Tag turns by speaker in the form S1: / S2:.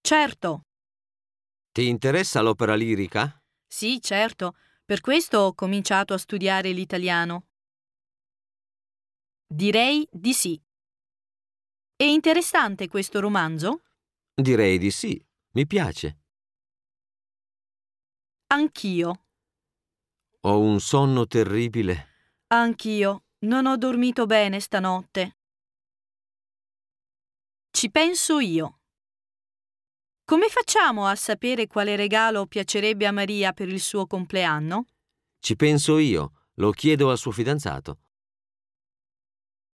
S1: Certo,
S2: Ti interessa l'opera lirica?
S1: sì, certo, per questo ho cominciato a studiare l'italiano. Direi di sì. È interessante questo romanzo?
S2: Direi di sì, mi piace.
S1: Anch'io,
S2: Ho un sonno terribile.
S1: anch'io, non ho dormito bene stanotte. Ci penso io. Come facciamo a sapere quale regalo piacerebbe a Maria per il suo compleanno?
S2: Ci penso io, lo chiedo al suo fidanzato.